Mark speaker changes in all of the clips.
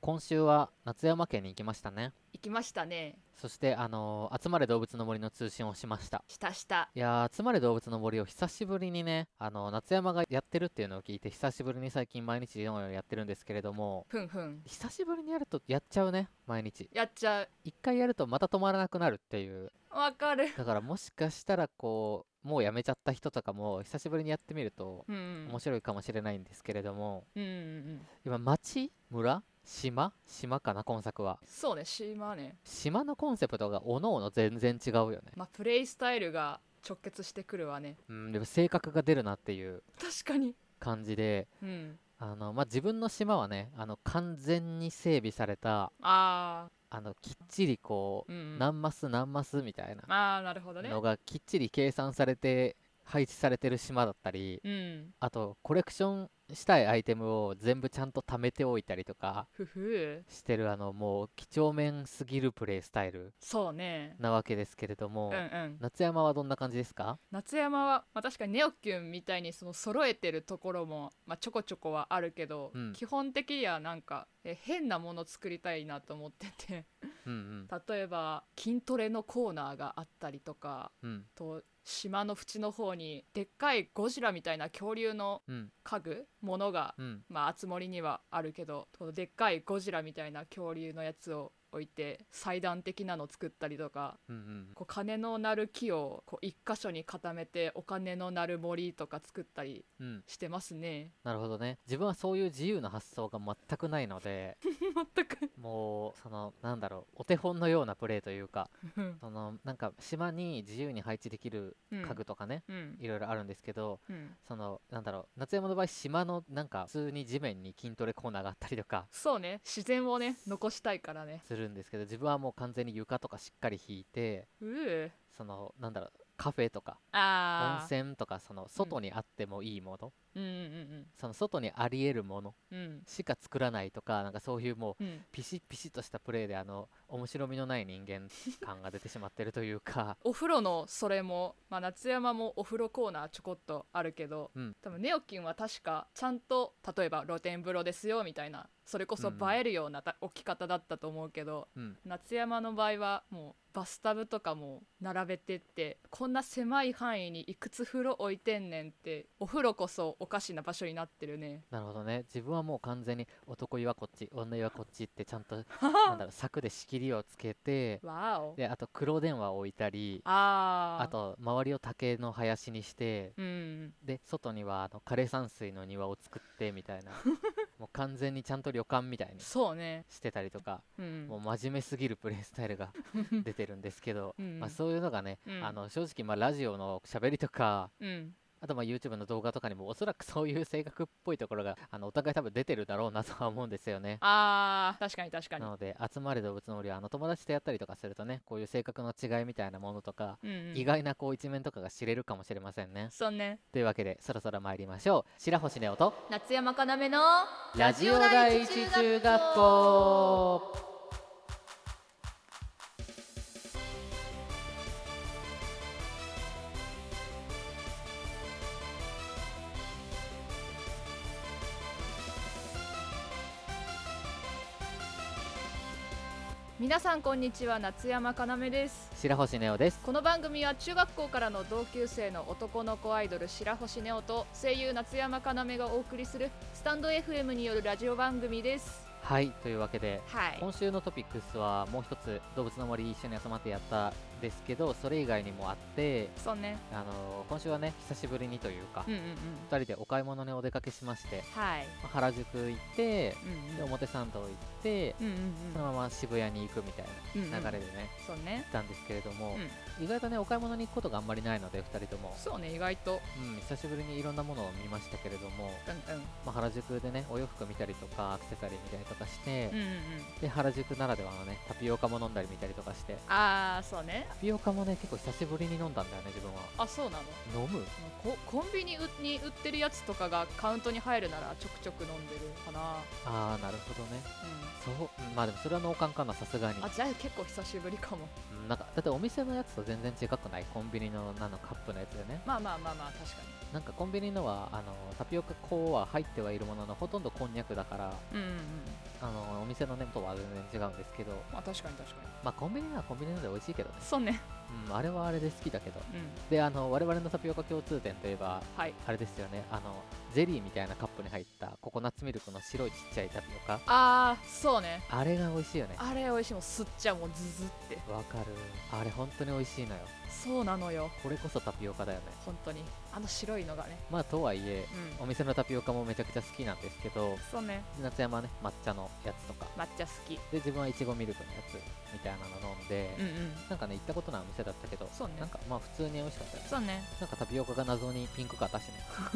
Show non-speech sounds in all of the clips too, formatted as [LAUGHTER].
Speaker 1: 今週は夏山家に行きましたね
Speaker 2: 行きましたね
Speaker 1: そしてあのー集まれ動物の森の通信をしました
Speaker 2: したした
Speaker 1: いやー集まれ動物の森を久しぶりにねあの夏山がやってるっていうのを聞いて久しぶりに最近毎日のようにやってるんですけれども
Speaker 2: ふんふん
Speaker 1: 久しぶりにやるとやっちゃうね毎日
Speaker 2: やっちゃ
Speaker 1: 一回やるとまた止まらなくなるっていう
Speaker 2: うわかる
Speaker 1: だからもしかしたらこうもうやめちゃった人とかも久しぶりにやってみると
Speaker 2: うん
Speaker 1: 面白いかもしれないんですけれども
Speaker 2: うんうんうん
Speaker 1: 今町村島島かな今作は
Speaker 2: そうね島ね
Speaker 1: 島のコンセプトがおのおの全然違うよね
Speaker 2: まあプレイスタイルが直結してくるわね
Speaker 1: うんでも性格が出るなっていう
Speaker 2: 確かに
Speaker 1: 感じで
Speaker 2: うん
Speaker 1: あの、まあ、自分の島はねあの完全に整備された
Speaker 2: あ
Speaker 1: あのきっちりこ
Speaker 2: ーう
Speaker 1: う、
Speaker 2: んうん
Speaker 1: 何マス何マスみたいな
Speaker 2: あーなるほどね
Speaker 1: のがきっちり計算されて配置されてる島だったり
Speaker 2: うん
Speaker 1: あとコレクションしたいアイテムを全部ちゃんと貯めておいたりとか
Speaker 2: ふふ
Speaker 1: してるあのもう几帳面すぎるプレイスタイル
Speaker 2: そうね
Speaker 1: なわけですけれど
Speaker 2: う
Speaker 1: も、
Speaker 2: んうん
Speaker 1: 夏山はどんな感じですか
Speaker 2: 夏山は、まあ、確かにネオキュンみたいにその揃えてるところも、まあ、ちょこちょこはあるけど、
Speaker 1: うん
Speaker 2: 基本的にはなんかえ変なもの作りたいなと思ってて
Speaker 1: うん
Speaker 2: 例えば筋トレのコーナーがあったりとか
Speaker 1: うんうん
Speaker 2: と島の縁の方にでっかいゴジラみたいな恐竜の
Speaker 1: うん
Speaker 2: 家具ものが、
Speaker 1: うん
Speaker 2: まあ、つ森にはあるけどとでっかいゴジラみたいな恐竜のやつを置いて祭壇的なの作ったりとか
Speaker 1: うんうん
Speaker 2: こう金の鳴る木をこう一箇所に固めてお金の鳴る森とか作ったり
Speaker 1: うん
Speaker 2: してますね
Speaker 1: なるほどね自分はそういう自由な発想が全くないの [LAUGHS] で
Speaker 2: 全く
Speaker 1: もうそのなんだろうお手本のようなプレーというか
Speaker 2: うん
Speaker 1: そのなんか島に自由に配置できる家具とかね、
Speaker 2: うん
Speaker 1: いろいろあるんですけど
Speaker 2: うん
Speaker 1: そのなんだろう夏山の場合島のなんか普通に地面に筋トレコーナーがあったりとか
Speaker 2: そうね自然をね残したいからね
Speaker 1: するんですけど自分はもう完全に床とかしっかり引いて
Speaker 2: うう
Speaker 1: そのなんだろうカフェとか温
Speaker 2: ああ
Speaker 1: 泉とかその外にあってもいいもの、
Speaker 2: うんうん
Speaker 1: その外にありえるもの
Speaker 2: うんうん
Speaker 1: しか作らないとかなんかそういうもう
Speaker 2: うん
Speaker 1: ピシッピシッとしたプレーであの面白みのない人間感が出てしまってるというか
Speaker 2: お風呂のそれも、まあ、夏山もお風呂コーナーちょこっとあるけど、
Speaker 1: うん
Speaker 2: 多分ネオキンは確かちゃんと例えば露天風呂ですよみたいなそれこそ
Speaker 1: うんうん
Speaker 2: 映えるようなた置き方だったと思うけど、
Speaker 1: うん
Speaker 2: 夏山の場合はもうバスタブとかも並べてってこんな狭い範囲にいくつ風呂置いてんねんってお風呂こそおかしな場所になってるね
Speaker 1: なるほどね自分はもう完全に男湯はこっち女湯はこっちってちゃんとなんだろう柵で仕切りをつけて
Speaker 2: わお
Speaker 1: であと黒電話を置いたり
Speaker 2: あー
Speaker 1: あと周りを竹の林にして
Speaker 2: うん
Speaker 1: で外にはあの枯山水の庭を作ってみ
Speaker 2: [LAUGHS]
Speaker 1: たいなもう完全にちゃんと旅館みたいに
Speaker 2: そうね
Speaker 1: してたりとか
Speaker 2: うん
Speaker 1: もう真面目すぎるプレイスタイルが出てるんですけど、
Speaker 2: うん
Speaker 1: まあ、そういうのがね、
Speaker 2: うん
Speaker 1: あの正直まあラジオの喋りとか
Speaker 2: うん
Speaker 1: あとまあ YouTube の動画とかにもおそらくそういう性格っぽいところがあのお互い多分出てるだろうなとは思うんですよね。
Speaker 2: あー確かに確かに
Speaker 1: なので集まれ動物の森はあの友達とやったりとかするとねこういう性格の違いみたいなものとか、
Speaker 2: うんうん
Speaker 1: 意外なこう一面とかが知れるかもしれませんね。
Speaker 2: そうね
Speaker 1: というわけでそろそろ参りましょう白星ネオと
Speaker 2: 夏山かなめの
Speaker 1: ラジオ第一中学校
Speaker 2: 皆さんこんにちは夏山かなめです
Speaker 1: 白星ネオです。
Speaker 2: この番組は中学校からの同級生の男の子アイドル白星ネオと声優夏山かなめがお送りするスタンド FM によるラジオ番組です
Speaker 1: はいというわけで
Speaker 2: はい
Speaker 1: 今週のトピックスはもう一つ動物の森一緒に集まってやったですけどそれ以外にもあって
Speaker 2: そうね
Speaker 1: あの今週はね久しぶりにというか、
Speaker 2: うんうんうん
Speaker 1: 2人でお買い物にお出かけしまして
Speaker 2: はい
Speaker 1: まあ原宿行って
Speaker 2: うん
Speaker 1: で表参道行って
Speaker 2: うんうん
Speaker 1: そのまま渋谷に行くみたい
Speaker 2: うん
Speaker 1: な流れ
Speaker 2: うん
Speaker 1: でね
Speaker 2: そうね
Speaker 1: 行ったんですけれども
Speaker 2: うん
Speaker 1: 意外とねお買い物に行くことがあんまりないので2人とも、
Speaker 2: そうね意外と
Speaker 1: うん、久しぶりにいろんなものを見ましたけれども、
Speaker 2: うんうん
Speaker 1: まあ、原宿でねお洋服見たりとかアクセサリー見たりとかして
Speaker 2: うんうんうん
Speaker 1: で原宿ならではのねタピオカも飲んだり見たりとかして
Speaker 2: ああそうね
Speaker 1: タピオカもね結構久しぶりに飲んだんだよね自分は
Speaker 2: あそうなの
Speaker 1: 飲む
Speaker 2: こコンビニうに売ってるやつとかがカウントに入るならちょくちょく飲んでるかな
Speaker 1: ああなるほどね
Speaker 2: うん
Speaker 1: そううんまあでもそれは脳幹かなさすがに
Speaker 2: あじゃあ結構久しぶりかも
Speaker 1: うんなんかだってお店のやつと全然違くないコンビニのあのカップのやつでね
Speaker 2: まあまあまあまあ確か
Speaker 1: なんかコンビニのはあのタピオカ粉は入ってはいるもののほとんどこんにゃくだから
Speaker 2: にうんうん
Speaker 1: あのお店のねとは全然違うんですけど
Speaker 2: まあ確かに確かに
Speaker 1: まあコンビニはコンビニので美味しいけどね、
Speaker 2: そうね
Speaker 1: うん、あれはあれで好きだけど
Speaker 2: うん
Speaker 1: であの我々のタピオカ共通点といえば
Speaker 2: はい
Speaker 1: あれですよねあのゼリーみたいなカップに入ったココナッツミルクの白いちっちゃいタピオカ
Speaker 2: ああそうね
Speaker 1: あれが美味しいよね
Speaker 2: あれ美味しいもう吸っちゃうもうズズって
Speaker 1: わかるあれ本当に美味しいのよ
Speaker 2: そうなのよ
Speaker 1: これこそタピオカだよね
Speaker 2: 本当にあの白いのがね
Speaker 1: まあとはいえ
Speaker 2: うん
Speaker 1: お店のタピオカもめちゃくちゃ好きなんですけど
Speaker 2: そうね
Speaker 1: 夏山はね抹茶のやつとか
Speaker 2: 抹茶好き
Speaker 1: で自分はいちごミルクのやつみたいなの飲んで、
Speaker 2: うんうん
Speaker 1: なんかね行ったことないお店だったけど
Speaker 2: そうね
Speaker 1: なんかまあ普通に美味しかったよね
Speaker 2: そうね
Speaker 1: なんかタピオカが謎にピンクかったしね [LAUGHS]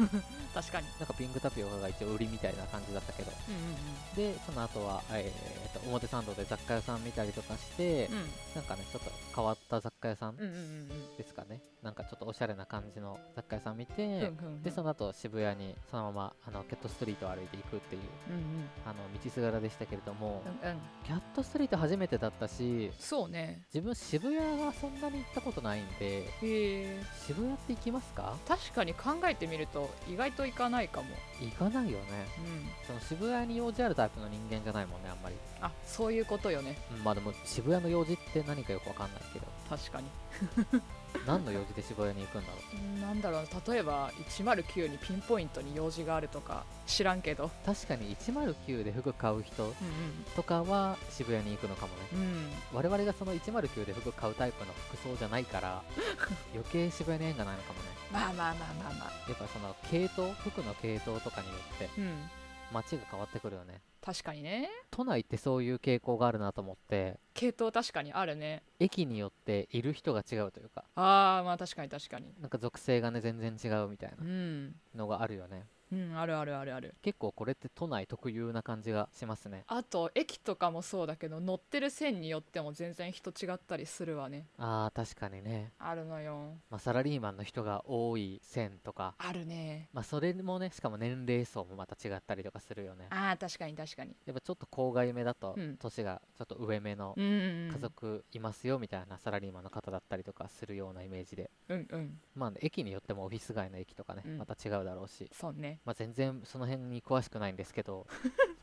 Speaker 2: 確かに
Speaker 1: なんかピンクタピオカが一応売りみたいな感じだったけど
Speaker 2: うんうん
Speaker 1: でその後は、えーと表参道で雑貨屋さん見たりとかして、
Speaker 2: うん
Speaker 1: なんかねちょっと変わった雑貨屋さん
Speaker 2: うんうんうんうん
Speaker 1: ですかね、なんかちょっとおしゃれな感じの雑貨屋さん見て、
Speaker 2: うんうんうん
Speaker 1: でその後渋谷にそのままあのキャットストリートを歩いていくっていう
Speaker 2: うんうん
Speaker 1: あの道すがらでしたけれども、
Speaker 2: うんうん
Speaker 1: キャットストリート初めてだったし
Speaker 2: そうね
Speaker 1: 自分渋谷がそんなに行ったことないんで
Speaker 2: へえ
Speaker 1: 渋谷って行きますか
Speaker 2: 確かに考えてみると意外といかないかも
Speaker 1: 行かないよね
Speaker 2: うん
Speaker 1: その渋谷に用事あるタイプの人間じゃないもんねあんまり、
Speaker 2: あそういうことよね
Speaker 1: うんまあでも渋谷の用事って何かよくわかんないけど
Speaker 2: 確かに
Speaker 1: 何の用事で渋谷に行くんだろう
Speaker 2: なんだろうな例えば109にピンポイントに用事があるとか知らんけど
Speaker 1: 確かに109で服買う人
Speaker 2: う
Speaker 1: とかは渋谷に行くのかもね
Speaker 2: んうんうん
Speaker 1: 我々がその109で服買うタイプの服装じゃないから [LAUGHS] 余計渋谷に縁がないのかもね
Speaker 2: まあまあまあまあまあ
Speaker 1: やっぱその系統服の系統とかによって
Speaker 2: うん
Speaker 1: 街が変わってくるよね
Speaker 2: 確かにね
Speaker 1: 都内ってそういう傾向があるなと思って
Speaker 2: 系統確かにあるね
Speaker 1: 駅によっている人が違うというか
Speaker 2: ああまあ確かに確かに
Speaker 1: なんか属性がね全然違うみたいな
Speaker 2: うん
Speaker 1: のがあるよね
Speaker 2: うんあるあるあるある
Speaker 1: 結構これって都内特有な感じがしますね
Speaker 2: あと駅とかもそうだけど乗ってる線によっても全然人違ったりするわね
Speaker 1: あー確かにね、
Speaker 2: あるのよ
Speaker 1: まあ、サラリーマンの人が多い線とか
Speaker 2: あるね
Speaker 1: まあそれもねしかも年齢層もまた違ったりとかするよね
Speaker 2: ああ確かに確かに
Speaker 1: やっぱちょっと郊外めだと
Speaker 2: うん
Speaker 1: 年がちょっと上めの
Speaker 2: うんうんうん
Speaker 1: 家族いますよみたいなサラリーマンの方だったりとかするようなイメージで
Speaker 2: うんうん
Speaker 1: まあね駅によってもオフィス街の駅とかね
Speaker 2: うん
Speaker 1: また違うだろうし
Speaker 2: そうね
Speaker 1: まあ全然その辺に詳しくないんですけど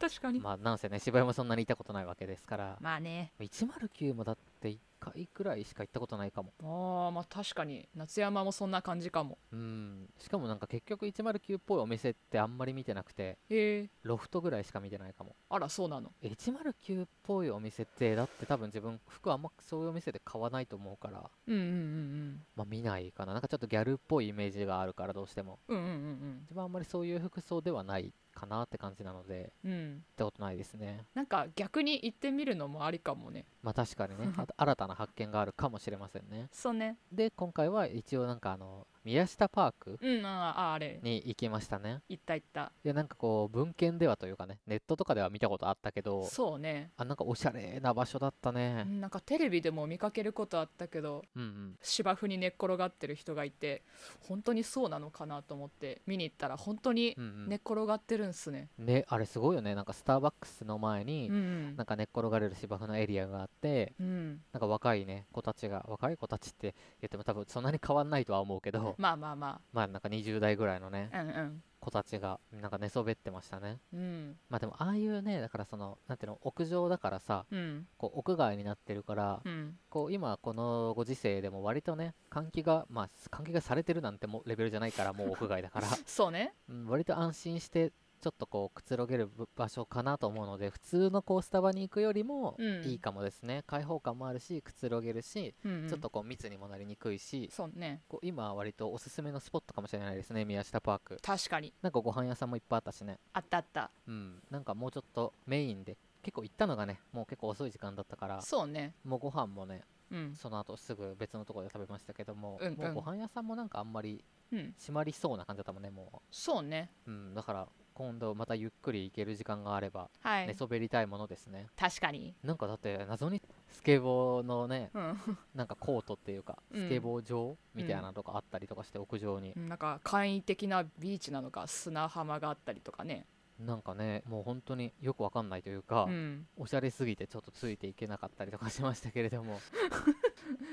Speaker 2: 確かに
Speaker 1: ま
Speaker 2: ま
Speaker 1: あなんせね渋谷もそんなにいたことないわけですから
Speaker 2: あね
Speaker 1: 109もだって1回くらいしか行ったことないかも
Speaker 2: あーまあ確かに夏山もそんな感じかも
Speaker 1: うんしかもなんか結局109っぽいお店ってあんまり見てなくて
Speaker 2: へえ
Speaker 1: ロフトぐらいしか見てないかも
Speaker 2: あらそうなの
Speaker 1: 109っぽいお店ってだって多分自分服あんまそういうお店で買わないと思うから
Speaker 2: うんうんうん
Speaker 1: まあ見ないかななんかちょっとギャルっぽいイメージがあるからどうしても
Speaker 2: うんうんうんうん
Speaker 1: 自分はあんまりそういう服装ではないかなって感じなので
Speaker 2: うんうん
Speaker 1: 行ったことないですね
Speaker 2: なんか逆に行ってみるのもありかもね
Speaker 1: まあ確かにねあと新たな発見があるかもしれませんね
Speaker 2: そうね
Speaker 1: で今回は一応なんかあの宮下パーク
Speaker 2: うんあーあーあれ
Speaker 1: に行きましたね
Speaker 2: 行った行った
Speaker 1: いやなんかこう文献ではというかねネットとかでは見たことあったけど
Speaker 2: そうね
Speaker 1: あなんかおしゃれな場所だったね
Speaker 2: うんなんかテレビでも見かけることあったけど
Speaker 1: うんうん
Speaker 2: 芝生に寝っ転がってる人がいて本当にそうなのかなと思って見に行ったら本当に
Speaker 1: うんうん
Speaker 2: 寝っ転がってるんすね、
Speaker 1: ねあれすごいよねなんかスターバックスの前
Speaker 2: う
Speaker 1: に
Speaker 2: んうん
Speaker 1: なんか寝っ転がれる芝生のエリアがあって
Speaker 2: うん
Speaker 1: なんか若いね子たちが若い子たちって言っても多分そんなに変わんないとは思うけど
Speaker 2: まあまあま
Speaker 1: まあなんか20代ぐらいのね
Speaker 2: あうん
Speaker 1: 子たちがなんか寝そべってましたね
Speaker 2: うんうん
Speaker 1: まあでもああいうねだからそのなんていうの屋上だからさ
Speaker 2: うん
Speaker 1: こう屋外になってるから
Speaker 2: うん
Speaker 1: こう今このご時世でも割とね換気がまあ換気がされてるなんてもうレベルじゃないからもう屋外だ
Speaker 2: [LAUGHS]
Speaker 1: から
Speaker 2: そうね
Speaker 1: うん割と安心してちょっとこうくつろげるぶ場所かなと思うので普通のこうスタバに行くよりも
Speaker 2: うん
Speaker 1: いいかもですね、開放感もあるしくつろげるし、
Speaker 2: うんうん
Speaker 1: ちょっとこう密にもなりにくいし
Speaker 2: そうね
Speaker 1: こう今は割とおすすめのスポットかもしれないですね宮下パーク
Speaker 2: 確かに
Speaker 1: なんかご飯屋さんもいっぱいあったしね
Speaker 2: あったあった
Speaker 1: うんなんかもうちょっとメインで結構行ったのがねもう結構遅い時間だったから
Speaker 2: そうね
Speaker 1: もうご飯もね
Speaker 2: うん
Speaker 1: その後すぐ別のところで食べましたけども、
Speaker 2: うんうん
Speaker 1: もうご飯屋さんもなんかあんまり
Speaker 2: うん
Speaker 1: 閉まりそうな感じだったもんねもう
Speaker 2: そうね
Speaker 1: うん、だから今度またゆっくり行ける時間があれば
Speaker 2: は
Speaker 1: 寝
Speaker 2: い
Speaker 1: そべりたいものですね、
Speaker 2: 確かに
Speaker 1: なんかだって謎にスケボーのね
Speaker 2: うん
Speaker 1: なんかコートっていうか
Speaker 2: うん
Speaker 1: スケボー場みたいなのとかあったりとかして屋上に、
Speaker 2: [LAUGHS] なんか簡易的なビーチなのか砂浜があったりとかね
Speaker 1: なんかねもう本当によくわかんないというか、
Speaker 2: うん
Speaker 1: おしゃれすぎてちょっとついていけなかったりとかしましたけれど
Speaker 2: [LAUGHS]
Speaker 1: も、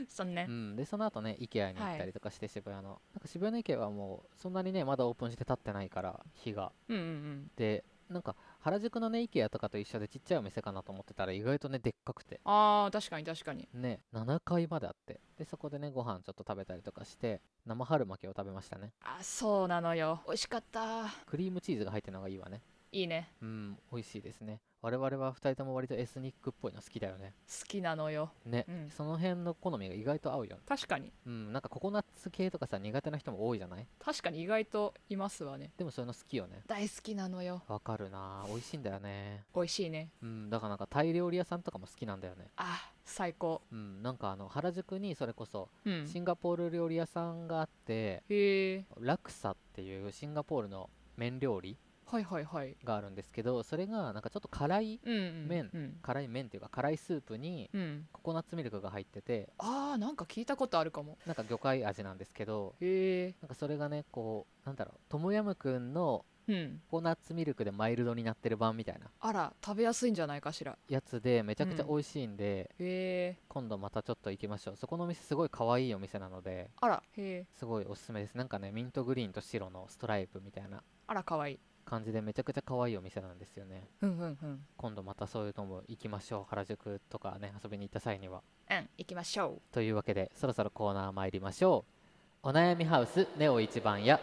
Speaker 2: そう
Speaker 1: う
Speaker 2: ね
Speaker 1: ん、でその後ね IKEA に行ったりとかして渋谷の、なんか渋谷の IKEA はもうそんなにねまだオープンして経ってないから日が
Speaker 2: うんうん
Speaker 1: でなんか原宿のね IKEA とかと一緒でちっちゃいお店かなと思ってたら意外とねでっかくて
Speaker 2: あー確かに確かに
Speaker 1: ね7階まであってでそこでねご飯ちょっと食べたりとかして生春巻きを食べましたね
Speaker 2: あそうなのよ美味しかった
Speaker 1: クリームチーズが入ってるのがいいわね
Speaker 2: いいね
Speaker 1: うん美味しいですね我々は2人とも割とエスニックっぽいの好きだよね
Speaker 2: 好きなのよ
Speaker 1: ね、
Speaker 2: うん
Speaker 1: その辺の好みが意外と合うよね
Speaker 2: 確かに
Speaker 1: うんなんかココナッツ系とかさ苦手な人も多いじゃない
Speaker 2: 確かに意外といますわね
Speaker 1: でもそういうの好きよね
Speaker 2: 大好きなのよ
Speaker 1: わかるな美味しいんだよね
Speaker 2: 美味しいね
Speaker 1: うんだからなんかタイ料理屋さんとかも好きなんだよね
Speaker 2: あ最高
Speaker 1: うんなんかあの原宿にそれこそ
Speaker 2: うん
Speaker 1: シンガポール料理屋さんがあって、
Speaker 2: へえ
Speaker 1: ラクサっていうシンガポールの麺料理
Speaker 2: はいはいはい
Speaker 1: があるんですけどそれがなんかちょっと辛い
Speaker 2: うんうん
Speaker 1: 麺
Speaker 2: うん、
Speaker 1: 辛い麺っていうか辛いスープに
Speaker 2: うん、
Speaker 1: ココナッツミルクが入ってて
Speaker 2: あーなんか聞いたことあるかも
Speaker 1: なんか魚介味なんですけど
Speaker 2: へえ
Speaker 1: なんかそれがねこうなんだろうトムヤムクンの
Speaker 2: うん
Speaker 1: ココナッツミルクでマイルドになってる版みたいな
Speaker 2: あら食べやすいんじゃないかしら
Speaker 1: やつでめちゃくちゃ
Speaker 2: うん
Speaker 1: 美味しいんで、
Speaker 2: へえ
Speaker 1: 今度またちょっと行きましょうそこのお店すごい可愛いお店なので
Speaker 2: あらへえ
Speaker 1: すごいおすすめですなんかねミントグリーンと白のストライプみたいな
Speaker 2: あらかわいい
Speaker 1: 感じでめちゃくちゃ可愛いお店なんですよね
Speaker 2: うんうんうん
Speaker 1: 今度またそういうのも行きましょう原宿とかね遊びに行った際には
Speaker 2: うん行きましょ
Speaker 1: というわけでそろそろコーナー参りましょうお悩みハウスネオ一番屋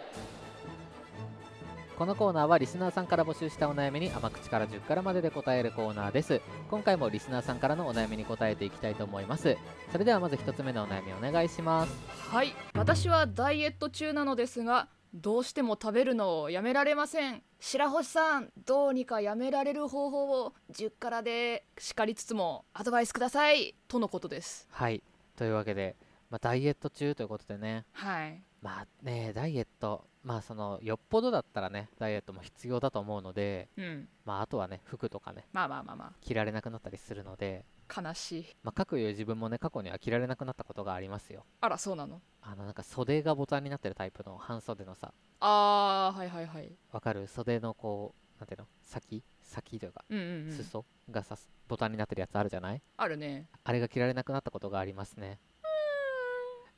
Speaker 1: このコーナーはリスナーさんから募集したお悩みに甘口から10からまでで答えるコーナーです今回もリスナーさんからのお悩みに答えていきたいと思いますそれではまず1つ目のお悩みお願いします
Speaker 2: うはい私はダイエット中なのですがどうしても食べるのをやめられません白星さんどうにかやめられる方法を10からで叱りつつもアドバイスくださいとのことです
Speaker 1: はいというわけで、まあ、ダイエット中ということでね
Speaker 2: はい
Speaker 1: まあねダイエットまあそのよっぽどだったらねダイエットも必要だと思うので
Speaker 2: うん
Speaker 1: まああとはね服とかね
Speaker 2: まあまあまあま
Speaker 1: 着られなくなったりするので、
Speaker 2: あ悲しい
Speaker 1: まあ、各いう自分もね過去には着られなくなったことがありますよ
Speaker 2: あらそうなの
Speaker 1: あのなんか袖がボタンになってるタイプの半袖のさ
Speaker 2: あーはいはいはい
Speaker 1: わかる袖のこうなんていうの先先というか
Speaker 2: うんうん、うん、
Speaker 1: 裾がさ、ボタンになってるやつあるじゃない
Speaker 2: あるね
Speaker 1: あれが着られなくなったことがありますね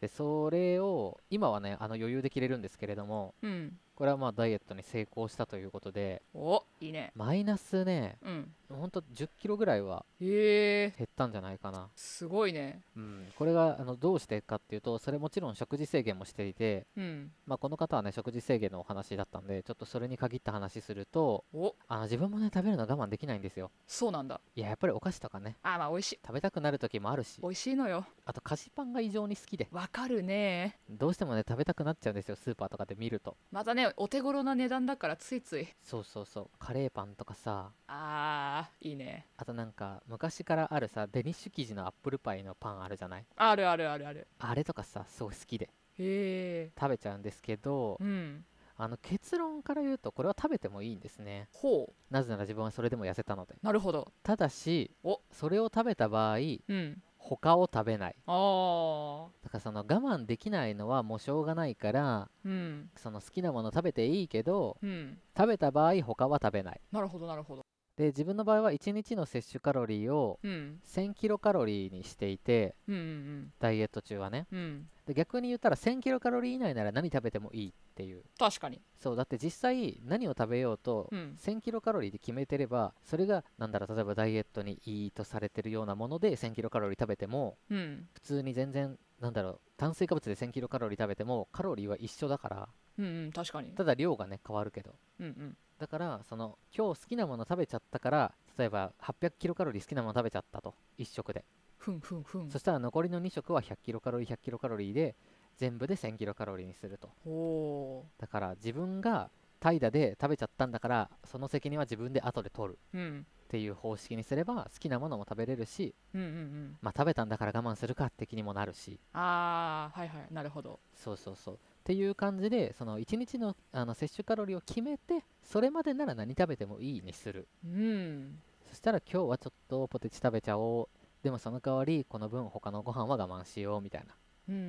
Speaker 1: でそれを今はねあの余裕で着れるんですけれども
Speaker 2: うん
Speaker 1: これはまあダイエットに成功したということで
Speaker 2: おいいね
Speaker 1: マイナスね
Speaker 2: うん
Speaker 1: ほんと1 0キロぐらいは
Speaker 2: へえ
Speaker 1: 減ったんじゃないかな
Speaker 2: すごいね
Speaker 1: うん、これがあのどうしてかっていうとそれもちろん食事制限もしていて、
Speaker 2: うん
Speaker 1: まあ、この方はね食事制限のお話だったんでちょっとそれに限った話すると
Speaker 2: お
Speaker 1: あの自分もね食べるの我慢できないんですよ
Speaker 2: そうなんだ
Speaker 1: いややっぱりお菓子とかね
Speaker 2: あまあ美味しい
Speaker 1: 食べたくなる時もあるし
Speaker 2: 美味しいのよ
Speaker 1: あと菓子パンが異常に好きで
Speaker 2: わかるね
Speaker 1: どうしてもね食べたくなっちゃうんですよスーパーとかで見ると
Speaker 2: またねお手頃な値段だからついつい
Speaker 1: そうそうそうカレーパンとかさ
Speaker 2: あーいいね
Speaker 1: あとなんか昔からあるさデニッシュ生地のアップルパイのパンあるじゃない
Speaker 2: あるあるあるある
Speaker 1: あれとかさすごい好きで
Speaker 2: へえ
Speaker 1: 食べちゃうんですけど
Speaker 2: うん
Speaker 1: あの結論から言うとこれは食べてもいいんですね
Speaker 2: ほう
Speaker 1: なぜなら自分はそれでも痩せたので
Speaker 2: なるほど
Speaker 1: ただし
Speaker 2: お
Speaker 1: それを食べた場合
Speaker 2: うん
Speaker 1: 他を食べない
Speaker 2: あー
Speaker 1: だからその我慢できないのはもうしょうがないから
Speaker 2: うん
Speaker 1: その好きなもの食べていいけど
Speaker 2: うん
Speaker 1: 食べた場合他は食べない
Speaker 2: なるほどなるほど
Speaker 1: で自分の場合は1日の摂取カロリーを
Speaker 2: うん
Speaker 1: 1000キロカロリーにしていて
Speaker 2: うんうん
Speaker 1: ダイエット中はね
Speaker 2: うんうん
Speaker 1: で逆に言ったら1000キロカロリー以内なら何食べてもいいっていう
Speaker 2: 確かに
Speaker 1: そうだって実際何を食べようと
Speaker 2: うん
Speaker 1: 1000キロカロリーで決めてればそれがなんだろう例えばダイエットにいいとされてるようなもので1000キロカロリー食べても
Speaker 2: うん
Speaker 1: 普通に全然なんだろう炭水化物で1000キロカロリー食べてもカロリーは一緒だから
Speaker 2: うんうん確かに
Speaker 1: ただ量がね変わるけど
Speaker 2: うんうん
Speaker 1: だからその今日好きなもの食べちゃったから例えば800キロカロリー好きなもの食べちゃったと1食で、
Speaker 2: ふんふんふん
Speaker 1: そしたら残りの2食は100キロカロリー100キロカロリーで全部で1000キロカロリーにすると
Speaker 2: ほ
Speaker 1: だから自分が怠惰で食べちゃったんだからその責任は自分で後で取る
Speaker 2: ううん
Speaker 1: っていう方式にすれば好きなものも食べれるし、
Speaker 2: うんうんうん
Speaker 1: まあ、食べたんだから我慢するかって気にもなるし
Speaker 2: ああはいはいなるほど
Speaker 1: そうそうそうっていう感じでその1日のあの摂取カロリーを決めてそれまでなら何食べてもいいにする
Speaker 2: うん
Speaker 1: そしたら今日はちょっとポテチ食べちゃおうでもその代わりこの分他のご飯は我慢しようみたいな
Speaker 2: うんうんう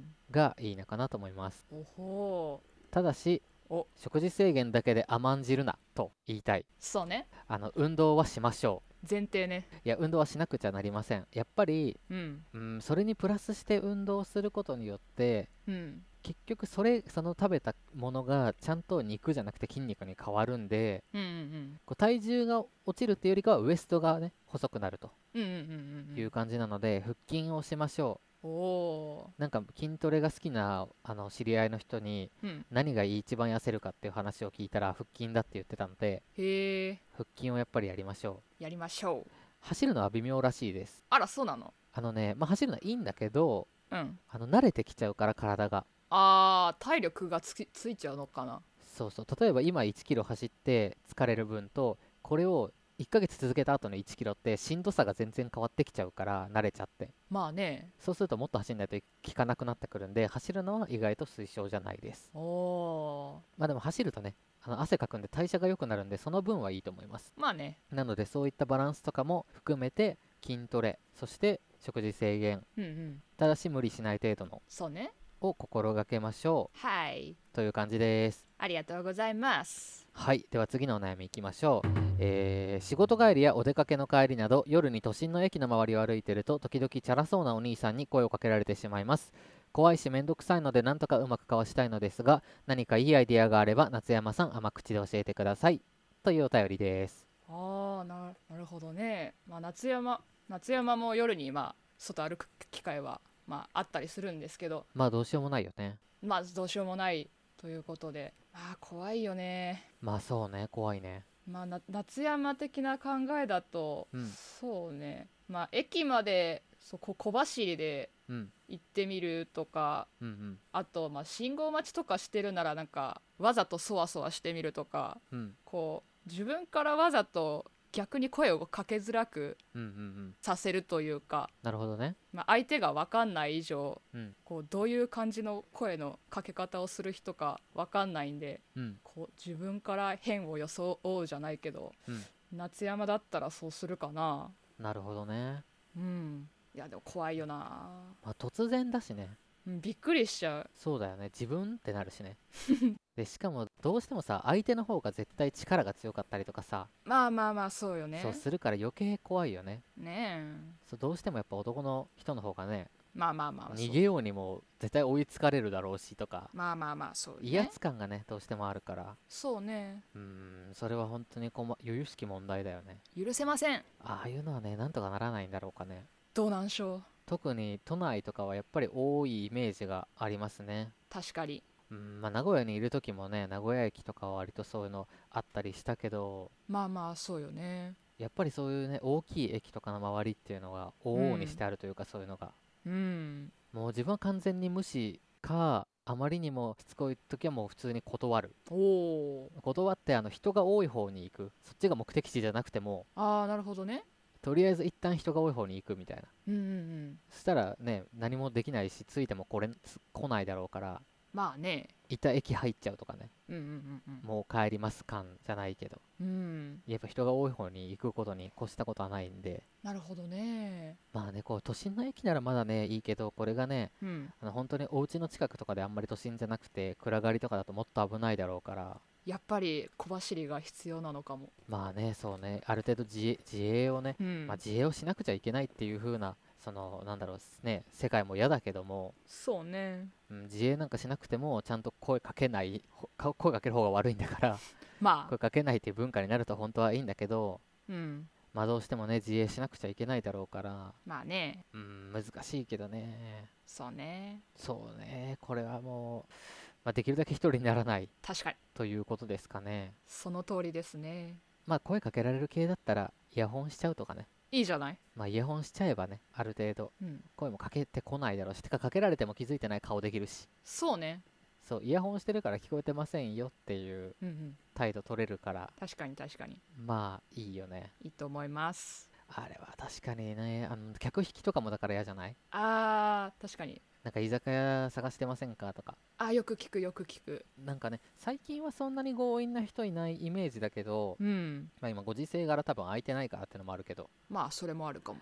Speaker 2: ん
Speaker 1: がいいのかなと思います
Speaker 2: おほー
Speaker 1: ただし
Speaker 2: お
Speaker 1: 食事制限だけで甘んじるなと言いたい
Speaker 2: そうね
Speaker 1: あの運動はしましょ
Speaker 2: 前提ね
Speaker 1: ういや運動はしなくちゃなりませんやっぱり
Speaker 2: うん
Speaker 1: うん、それにプラスして運動することによって
Speaker 2: うん
Speaker 1: 結局それその食べたものがちゃんと肉じゃなくて筋肉に変わるんで
Speaker 2: うんうん
Speaker 1: こう体重が落ちるっていうよりかはウエストがね細くなると
Speaker 2: うんうんうんうん
Speaker 1: いうう感じなので、腹筋をしましょ
Speaker 2: んお
Speaker 1: うなんか筋トレが好きなあの知り合いの人に
Speaker 2: ーうん
Speaker 1: 何が一番痩せるかっていう話を聞いたら腹筋だって言ってたので
Speaker 2: へえ
Speaker 1: 腹筋をやっぱりやりましょう
Speaker 2: やりましょう
Speaker 1: 走るのは微妙らしいです
Speaker 2: あらそうなの
Speaker 1: あのね、まあ、走るのはいいんだけど
Speaker 2: うん
Speaker 1: あの慣れてきちゃうから体が
Speaker 2: あー体力がつきついちゃうのかな
Speaker 1: そうそう例えば今1キロ走って疲れる分とこれを1ヶ月続けた後の1キロってしんどさが全然変わってきちゃうから慣れちゃって
Speaker 2: まあね
Speaker 1: そうするともっと走んないと効かなくなってくるんで走るのは意外と推奨じゃないです
Speaker 2: おー
Speaker 1: まあでも走るとねあの汗かくんで代謝が良くなるんでその分はいいと思います
Speaker 2: まあね
Speaker 1: なのでそういったバランスとかも含めて筋トレそして食事制限
Speaker 2: うんうん
Speaker 1: ただし無理しない程度の
Speaker 2: そうね
Speaker 1: を心がけましょ
Speaker 2: はい。
Speaker 1: うという感じです
Speaker 2: ありがとうございます。
Speaker 1: はいでは次のお悩みいきましょう、えー仕事帰りやお出かけの帰りなど夜に都心の駅の周りを歩いてると時々チャラそうなお兄さんに声をかけられてしまいます怖いし面倒くさいので何とかうまくかわしたいのですが何かいいアイディアがあれば夏山さん甘口で教えてくださいというお便りです
Speaker 2: ああ、ななるほどね。まあ夏山夏山も夜にまあ外歩く機会はまああったりするんですけど、
Speaker 1: まあどうしようもないよね
Speaker 2: まあどうしようもないということで、まあ怖いよね。
Speaker 1: まあそうね怖いね
Speaker 2: まあな夏山的な考えだと、
Speaker 1: うん
Speaker 2: そうね。まあ駅までそうこ小走りで
Speaker 1: うん
Speaker 2: 行ってみるとか。
Speaker 1: うんうん
Speaker 2: あと、まあ、信号待ちとかしてるならなんかわざとそわそわしてみるとか
Speaker 1: うん
Speaker 2: こう自分からわざと逆に声をかけづらく
Speaker 1: うんうんうん
Speaker 2: させるというか、
Speaker 1: なるほどね
Speaker 2: まあ、相手が分かんない以上、
Speaker 1: うん
Speaker 2: こうどういう感じの声のかけ方をする人か分かんないんで
Speaker 1: うん
Speaker 2: こう自分から変を装うじゃないけど、
Speaker 1: うん
Speaker 2: 夏山だったらそうするかな
Speaker 1: なるほどね、
Speaker 2: うんいやでも怖いよな、
Speaker 1: まあ、突然だしね
Speaker 2: うん、びっくりしちゃう
Speaker 1: そうだよね自分ってなるしね [LAUGHS] でしかもどうしてもさ相手の方が絶対力が強かったりとかさ、
Speaker 2: まあまあまあそうよね
Speaker 1: そうするから余計怖いよね
Speaker 2: ねえ
Speaker 1: そうどうしてもやっぱ男の人の方がね
Speaker 2: まあまあまあそう
Speaker 1: 逃げようにも絶対追いつかれるだろうしとか
Speaker 2: まあまあまあそう
Speaker 1: 威
Speaker 2: ね
Speaker 1: 圧感がねどうしてもあるから
Speaker 2: そうね
Speaker 1: うーんそれは本当にこま由々しき問題だよね
Speaker 2: 許せません
Speaker 1: ああいうのはねなんとかならないんだろうかね
Speaker 2: どうなんしょう
Speaker 1: 特に都内とかはやっぱり多いイメージがありますね
Speaker 2: 確かに
Speaker 1: うんまあ名古屋にいる時もね名古屋駅とかは割とそういうのあったりしたけど
Speaker 2: まあまあそうよね
Speaker 1: やっぱりそういうね大きい駅とかの周りっていうのが往々にしてあるというか、そういうのが
Speaker 2: うん
Speaker 1: もう自分は完全に無視かあまりにもしつこい時はもう普通に断る
Speaker 2: おお
Speaker 1: 断ってあの人が多い方に行くそっちが目的地じゃなくても
Speaker 2: ああなるほどね
Speaker 1: とりあえず一旦人が多い方に行くみたいな
Speaker 2: うんうんうん
Speaker 1: そしたらね何もできないしついてもこれつ来ないだろうから
Speaker 2: まあね
Speaker 1: いた駅入っちゃうとかね
Speaker 2: うんうんうん
Speaker 1: もう帰ります感じゃないけど
Speaker 2: うんうん
Speaker 1: やっぱ人が多い方に行くことに越したことはないんで
Speaker 2: なるほどね
Speaker 1: まあねこう都心の駅ならまだねいいけどこれがね
Speaker 2: うん
Speaker 1: あの本当にお家の近くとかであんまり都心じゃなくて暗がりとかだともっと危ないだろうから
Speaker 2: やっぱり小走りが必要なのかも
Speaker 1: まあねそうねある程度自衛自衛をね、
Speaker 2: うん
Speaker 1: まあ、自衛をしなくちゃいけないっていう風なそのなんだろうね世界も嫌だけども、
Speaker 2: そうね
Speaker 1: うん、自衛なんかしなくてもちゃんと声かけないほか声かける方が悪いんだから
Speaker 2: [LAUGHS] まあ
Speaker 1: 声かけないっていう文化になると本当はいいんだけど
Speaker 2: うん
Speaker 1: まあどうしてもね自衛しなくちゃいけないだろうから、
Speaker 2: まあね
Speaker 1: うん、難しいけどね
Speaker 2: そうね
Speaker 1: そうねこれはもう、まあ、できるだけ一人にならない
Speaker 2: 確かに
Speaker 1: ということですかね。
Speaker 2: その通りですね
Speaker 1: まあ声かけられる系だったらイヤホンしちゃうとかね。
Speaker 2: いいじゃない
Speaker 1: まあイヤホンしちゃえばね、ある程度
Speaker 2: うん
Speaker 1: 声もかけてこないだろうし、てかかけられても気づいてない顔できるし、
Speaker 2: そうね
Speaker 1: そう、イヤホンしてるから聞こえてませんよっていう
Speaker 2: うんうん
Speaker 1: 態度取れるから、
Speaker 2: 確かに確かに
Speaker 1: まあいいよね。
Speaker 2: いいと思います
Speaker 1: あれは確かにね、あの客引きとかもだから嫌じゃない
Speaker 2: あー確かに
Speaker 1: なんか居酒屋探してませんかとか。
Speaker 2: あーよく聞くよく聞く
Speaker 1: なんかね、最近はそんなに強引な人いないイメージだけど、
Speaker 2: うん
Speaker 1: まあ今ご時世柄多分空いてないからってのもあるけど、
Speaker 2: まあそれもあるかも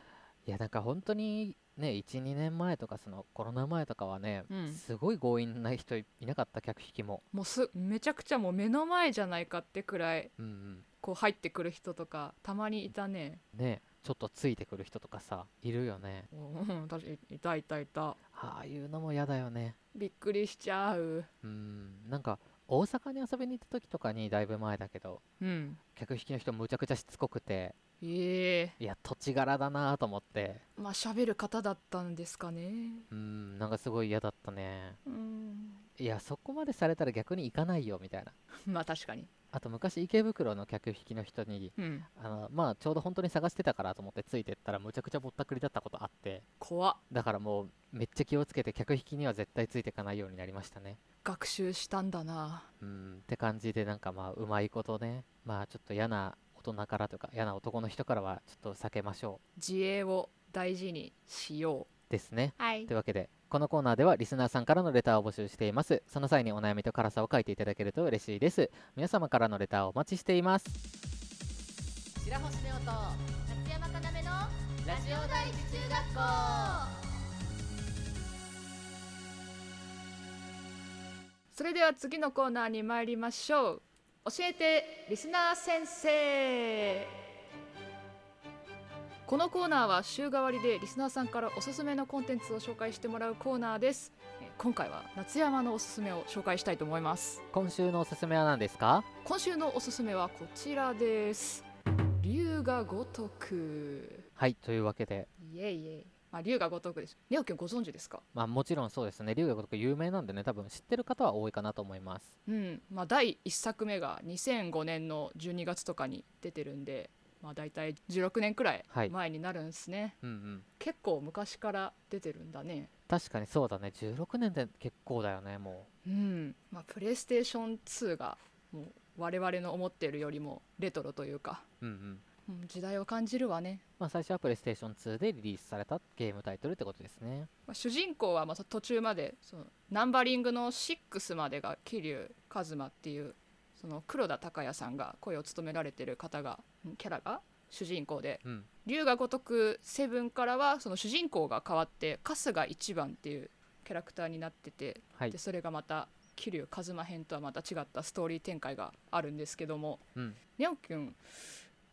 Speaker 1: いやなんか本当にね12年前とかそのコロナ前とかはね、
Speaker 2: うん
Speaker 1: すごい強引な人いいなかった客引きも、
Speaker 2: もうすめちゃくちゃもう目の前じゃないかってくらい
Speaker 1: うん
Speaker 2: こう入ってくる人とかたまにいたね
Speaker 1: うん、ねちょっとついてくる人とかさいるよね
Speaker 2: うん確かにいたいたいた
Speaker 1: ああいうのも嫌だよね
Speaker 2: びっくりしちゃう
Speaker 1: うんなんか大阪に遊びに行った時とかにだいぶ前だけど
Speaker 2: うん
Speaker 1: 客引きの人むちゃくちゃしつこくて
Speaker 2: ええ
Speaker 1: いや土地柄だなと思って
Speaker 2: まあ喋る方だったんですかね
Speaker 1: うんなんかすごい嫌だったね
Speaker 2: うん
Speaker 1: いやそこまでされたら逆に行かないよみたいな
Speaker 2: [LAUGHS] まあ確かに
Speaker 1: あと昔池袋の客引きの人に
Speaker 2: うん
Speaker 1: あのまあちょうど本当に探してたからと思ってついてったらむちゃくちゃぼったくりだったことあって
Speaker 2: 怖っ
Speaker 1: だからもうめっちゃ気をつけて客引きには絶対ついていかないようになりましたね
Speaker 2: 学習したんだな
Speaker 1: うんって感じでなんかまあうまいことねまあちょっと嫌な大人からというか嫌な男の人からはちょっと避けましょ
Speaker 2: 自衛を大事にしよ
Speaker 1: うですね
Speaker 2: うはい
Speaker 1: というわけでこのコーナーではリスナーさんからのレターを募集していますその際にお悩みと辛さを書いていただけると嬉しいです皆様からのレターをお待ちしています
Speaker 3: 白星ネオと夏山かなめのラジオ第一中学校
Speaker 2: それでは次のコーナーに参りましょう教えてリスナー先生このコーナーは週替わりでリスナーさんからおすすめのコンテンツを紹介してもらうコーナーですえー今回は夏山のおすすめを紹介したいと思います
Speaker 1: 今週のおすすめは何ですか
Speaker 2: 今週のおすすめはこちらです龍が如く
Speaker 1: はいというわけで
Speaker 2: いえいえまあ龍が如くですネオ君ご存知ですか
Speaker 1: まあもちろんそうですね龍が如く有名なんでね多分知ってる方は多いかなと思います
Speaker 2: うんまあ、第1作目が2005年の12月とかに出てるんで、まあ、大体16年くらい
Speaker 1: はい
Speaker 2: 前になるんですね、
Speaker 1: うんうん
Speaker 2: 結構昔から出てるんだね
Speaker 1: 確かにそうだね16年で結構だよねも
Speaker 2: うん、まあ、プレイステーション2がもう我々の思ってるよりもレトロというか、
Speaker 1: ううんうん
Speaker 2: うん、時代を感じるわね、
Speaker 1: まあ最初はプレイステーション2でリリースされたゲームタイトルってことですね
Speaker 2: まあ、主人公はまた途中までそのナンバリングの6までが桐生一馬っていうその黒田孝也さんが声を務められてる方がんキャラが主人公で
Speaker 1: うん
Speaker 2: 龍が如くセブンからはその主人公が変わって春日一番っていうキャラクターになってて、
Speaker 1: はい
Speaker 2: でそれがまた桐生一馬編とはまた違ったストーリー展開があるんですけども
Speaker 1: うん
Speaker 2: にゃんきゅん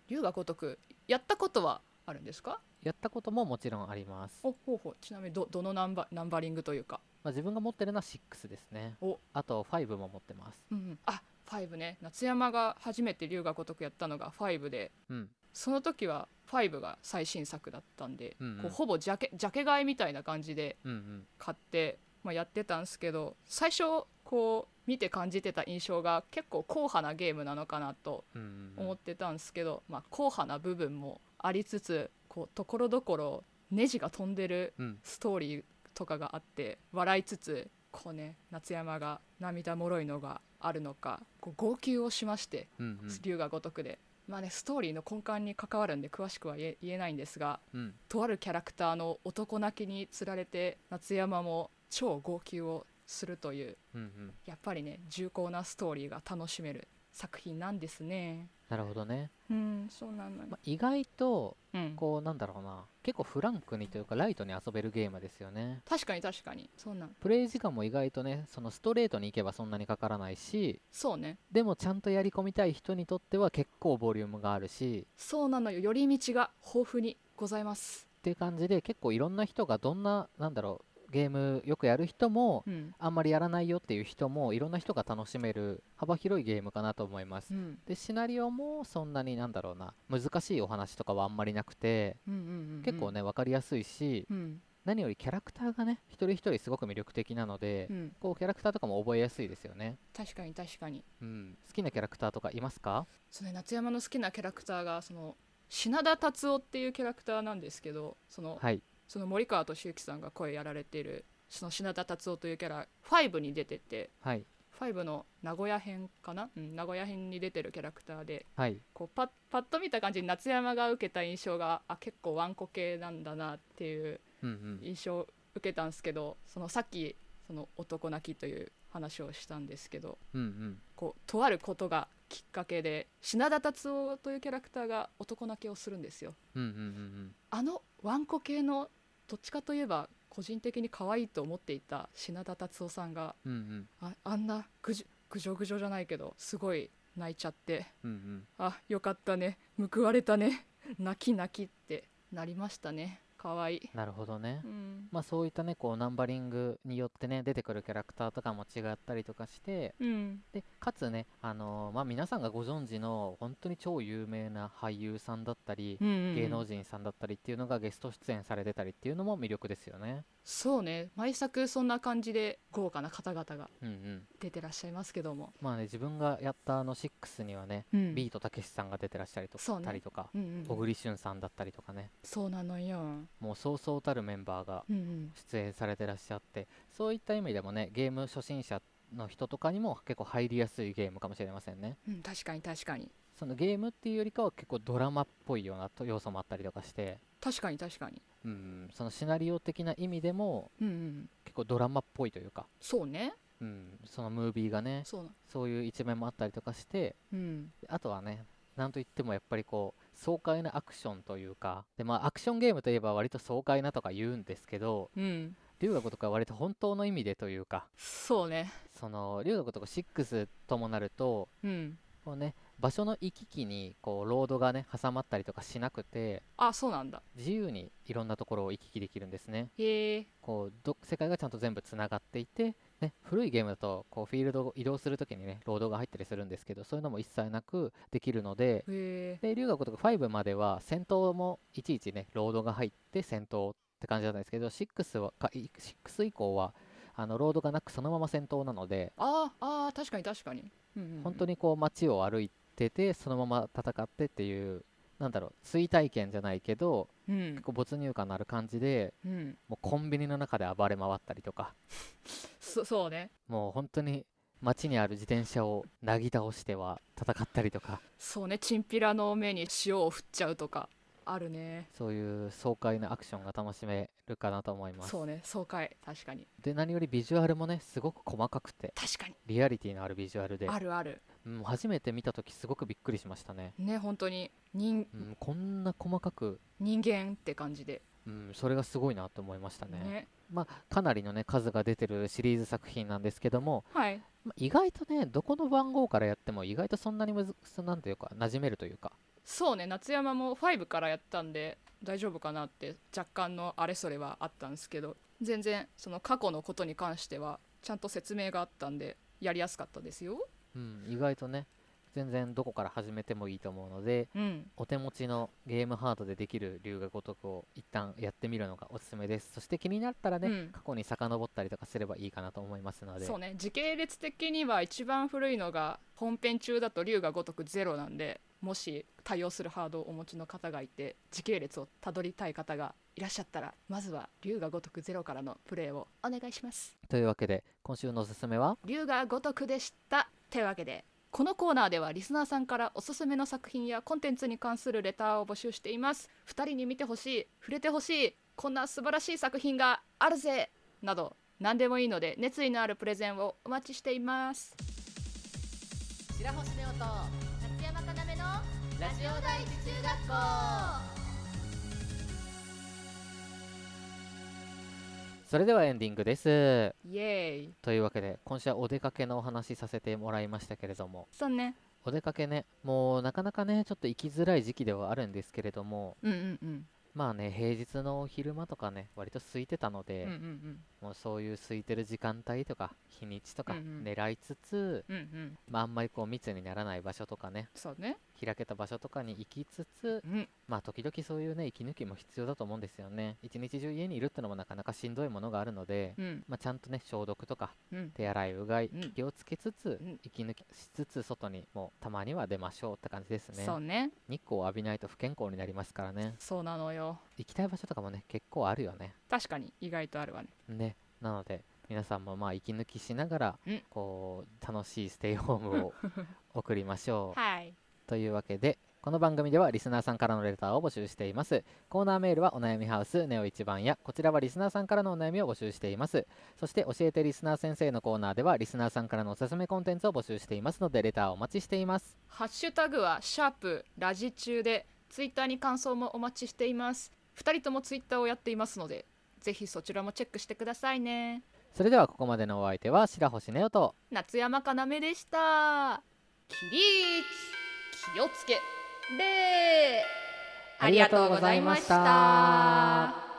Speaker 2: 龍が如くやったことはあるんですか
Speaker 1: やったことももちろんあります
Speaker 2: おほうほうちなみにどどのナンバナンバリングというか、
Speaker 1: まあ自分が持ってるのは6ですね
Speaker 2: お
Speaker 1: あと5も持ってます
Speaker 2: うんうん、あ5ね夏山が初めて龍が如くやったのが5で
Speaker 1: うん
Speaker 2: その時は5が最新作だったんで、
Speaker 1: うんうん
Speaker 2: こうほぼジャケジャケ買いみたいな感じで
Speaker 1: うんうん
Speaker 2: 買って、まあ、やってたんですけど最初こう見て感じてた印象が結構硬派なゲームなのかなと
Speaker 1: うんうんうん
Speaker 2: 思ってたんですけど、まあ、硬派な部分もありつつこうところどころネジが飛んでる
Speaker 1: うん
Speaker 2: ストーリーとかがあって笑いつつこうね夏山が涙もろいのがあるのかこう号泣をしまして
Speaker 1: うんうん
Speaker 2: 龍が如くで。まあね、ストーリーの根幹に関わるんで詳しくは言え言えないんですが
Speaker 1: うん
Speaker 2: とあるキャラクターの男泣きにつられて夏山も超号泣をするという
Speaker 1: うんうん
Speaker 2: やっぱりね重厚なストーリーが楽しめる作品なんですね
Speaker 1: なるほどね、
Speaker 2: うんそうなのよ
Speaker 1: まあ、意外と
Speaker 2: うん
Speaker 1: こうなんだろうな結構フランクにというかライトに遊べるゲームですよね
Speaker 2: 確かに確かにそうなん
Speaker 1: プレイ時間も意外とねそのストレートに行けばそんなにかからないし
Speaker 2: そうね
Speaker 1: でもちゃんとやり込みたい人にとっては結構ボリュームがあるし
Speaker 2: そうなのよ寄り道が豊富にございます
Speaker 1: っていう感じで結構いろんな人がどんななんだろうゲームよくやる人も
Speaker 2: うん、
Speaker 1: あんまりやらないよっていう人もいろんな人が楽しめる幅広いゲームかなと思います
Speaker 2: う。ん、
Speaker 1: でシナリオもそんなになんだろうな難しいお話とかはあんまりなくて
Speaker 2: うんうんうんうん
Speaker 1: 結構ね分かりやすいし
Speaker 2: うん
Speaker 1: 何よりキャラクターがね一人一人すごく魅力的なので
Speaker 2: うん
Speaker 1: こうキャラクターとかも覚えやすいですよね。
Speaker 2: 確かに確かに
Speaker 1: うん、好きなキャラクターとかいますか
Speaker 2: その夏山の好きなキャラクターがその品田達夫っていうキャラクターなんですけどその
Speaker 1: はい。
Speaker 2: その森川敏之さんが声やられているその品田達夫というキャラ5に出てて
Speaker 1: はい。
Speaker 2: 5の名古屋編かな、うん、名古屋編に出てるキャラクターで
Speaker 1: はい。
Speaker 2: こうパッパッと見た感じに夏山が受けた印象があ結構ワンコ系なんだなっていう
Speaker 1: うんうん。
Speaker 2: 印象を受けたんですけどそのさっきその男泣きという話をしたんですけど
Speaker 1: うんうん。
Speaker 2: こうとあることがきっかけで品田達夫というキャラクターが男泣きをするんですよ。
Speaker 1: うんうんうん
Speaker 2: あのワンコ系のどっちかといえば個人的に可愛いと思っていた品田達夫さんが
Speaker 1: うん。うんうん。
Speaker 2: ああんなぐじぐじょぐじょじゃないけどすごい泣いちゃって
Speaker 1: うんうん。
Speaker 2: あよかったね報われたね泣き泣きってなりましたね可愛い
Speaker 1: なるほどね、
Speaker 2: うん
Speaker 1: まあそういったねこうナンバリングによってね出てくるキャラクターとかも違ったりとかして
Speaker 2: うん
Speaker 1: でかつねあのーまあ皆さんがご存知の本当に超有名な俳優さんだったり、
Speaker 2: うんうんうん
Speaker 1: 芸能人さんだったりっていうのがゲスト出演されてたりっていうのも魅力ですよね。
Speaker 2: そうね毎作そんな感じで豪華な方々が
Speaker 1: うんうん、
Speaker 2: 出てらっしゃいますけども、
Speaker 1: まあね自分がやったあの6にはね、
Speaker 2: うん、
Speaker 1: ビートたけしさんが出てらっしゃりと
Speaker 2: そうね
Speaker 1: たりとか、
Speaker 2: うんうん
Speaker 1: 小栗旬さんだったりとかね
Speaker 2: そうなのよ、うん
Speaker 1: もうそうそうたるメンバーが
Speaker 2: うん、
Speaker 1: 出演されてらっしゃってそういった意味でもねゲーム初心者の人とかにも結構入りやすいゲームかもしれませんね
Speaker 2: うん、確かに確かに
Speaker 1: そのゲームっていうよりかは結構ドラマっぽいようなと要素もあったりとかして
Speaker 2: 確かに確かに
Speaker 1: うんそのシナリオ的な意味でも
Speaker 2: うんうん
Speaker 1: 結構ドラマっぽいというか、
Speaker 2: そうね
Speaker 1: うん、そのムービーがね
Speaker 2: そうな
Speaker 1: そういう一面もあったりとかして
Speaker 2: うん
Speaker 1: あとはねなんといってもやっぱりこう爽快なアクションというかでまあアクションゲームといえば割と爽快なとか言うんですけど
Speaker 2: うん
Speaker 1: 龍河如くは割と本当の意味でというか
Speaker 2: そうね
Speaker 1: その龍河如く6ともなると
Speaker 2: うん
Speaker 1: こう、ね、場所の行き来にこうロードがね挟まったりとかしなくて
Speaker 2: あそうなんだ
Speaker 1: 自由にいろんなところを行き来できるんですね
Speaker 2: へえ
Speaker 1: こうど世界がちゃんと全部つながっていて、ね、古いゲームだとこうフィールドを移動するときにねロードが入ったりするんですけどそういうのも一切なくできるので
Speaker 2: へえ
Speaker 1: で龍河如く5までは戦闘もいちいちねロードが入って戦闘って感じだったんですけど6はかい6以降はあのロードがなくそのまま戦闘なので
Speaker 2: ああー確かに確かに、うんうんうん、
Speaker 1: 本当にこう街を歩いててそのまま戦ってっていうなんだろう追体験じゃないけど
Speaker 2: うん
Speaker 1: 結、構没入感のある感じで
Speaker 2: うん、
Speaker 1: もうコンビニの中で暴れ回ったりとか
Speaker 2: そそうね
Speaker 1: もう本当に街にある自転車をなぎ倒しては戦ったりとか
Speaker 2: そうねチンピラの目に塩を振っちゃうとかあるね
Speaker 1: そういう爽快なアクションが楽しめるかなと思います
Speaker 2: そうね爽快確かに
Speaker 1: で何よりビジュアルもねすごく細かくて
Speaker 2: 確かに
Speaker 1: リアリティのあるビジュアルで
Speaker 2: あるある
Speaker 1: うん初めて見た時すごくびっくりしましたね、
Speaker 2: ね本当に人
Speaker 1: うん、こんな細かく、
Speaker 2: 人間って感じで
Speaker 1: うん、それがすごいなと思いました
Speaker 2: ね
Speaker 1: まあ、かなりの、ね、数が出てるシリーズ作品なんですけども、
Speaker 2: はい
Speaker 1: まあ意外とねどこの番号からやっても意外とそんなにむずそなんていうか馴染めるというか
Speaker 2: そうね夏山も5からやったんで大丈夫かなって若干のあれそれはあったんですけど全然その過去のことに関してはちゃんと説明があったんでやりやすかったですよ
Speaker 1: うん、意外とね全然どこから始めてもいいと思うので
Speaker 2: うん
Speaker 1: お手持ちのゲームハードでできる龍が如くを一旦やってみるのがおすすめですそして気になったらね、
Speaker 2: うん
Speaker 1: 過去に遡ったりとかすればいいかなと思いますので
Speaker 2: そうね時系列的には一番古いのが本編中だと龍が如くゼロなんでもし対応するハードをお持ちの方がいて時系列をたどりたい方がいらっしゃったらまずは龍が如くゼロからのプレイをお願いします
Speaker 1: というわけで今週のおすすめは
Speaker 2: 龍が如くでしたてわけでこのコーナーではリスナーさんからおすすめの作品やコンテンツに関するレターを募集しています2人に見てほしい触れてほしいこんな素晴らしい作品があるぜなど何でもいいので熱意のあるプレゼンをお待ちしています
Speaker 3: 白星ネオと立山かなめのラジオ第一中学校
Speaker 1: それではエンディングです
Speaker 2: イエーイ
Speaker 1: というわけで今週はお出かけのお話させてもらいましたけれども
Speaker 2: そうね
Speaker 1: お出かけね、もうなかなかね、ちょっと行きづらい時期ではあるんですけれども、
Speaker 2: うんうんうん
Speaker 1: まあね、平日の昼間とかね、割と空いてたの
Speaker 2: う
Speaker 1: で
Speaker 2: んう、ん
Speaker 1: もうそういう空いてる時間帯とか、日にちとか
Speaker 2: うんうん
Speaker 1: 狙いつつ、
Speaker 2: うんうんうん
Speaker 1: まあ、あんまりこう密にならない場所とかね、
Speaker 2: そうね
Speaker 1: 開けた場所とかに行きつつ
Speaker 2: う、ん
Speaker 1: まあ、時々そういうね、息抜きも必要だと思うんですよね。一日中家にいるってのもなかなかしんどいものがあるので、
Speaker 2: うん
Speaker 1: まあ、ちゃんとね、消毒とか、
Speaker 2: うん
Speaker 1: 手洗い、うがい
Speaker 2: うん、
Speaker 1: 気をつけつつ
Speaker 2: うん、
Speaker 1: 息抜きしつつ、外にもたまには出ましょうって感じですね。
Speaker 2: そうね
Speaker 1: 日光を浴びないと不健康になりますからね
Speaker 2: そうなのよ
Speaker 1: 行きたい場所とかもね結構あるよね
Speaker 2: 確かに意外とあるわね
Speaker 1: ねなので皆さんもまあ息抜きしながら
Speaker 2: うん
Speaker 1: こう楽しいステイホームを送りましょう、
Speaker 2: はい
Speaker 1: というわけでこの番組ではリスナーさんからのレターを募集していますコーナーメールはお悩みハウスネオ一番やこちらはリスナーさんからのお悩みを募集していますそして教えてリスナー先生のコーナーではリスナーさんからのおすすめコンテンツを募集していますのでレターをお待ちしています
Speaker 2: ハッシュタグはシャープラジ中でツイッターに感想もお待ちしています2人ともツイッターをやっていますのでぜひそちらもチェックしてくださいね
Speaker 1: それではここまでのお相手は白星ネオと
Speaker 2: 夏山かなめでした起立気をつけ礼
Speaker 1: ありがとうございました。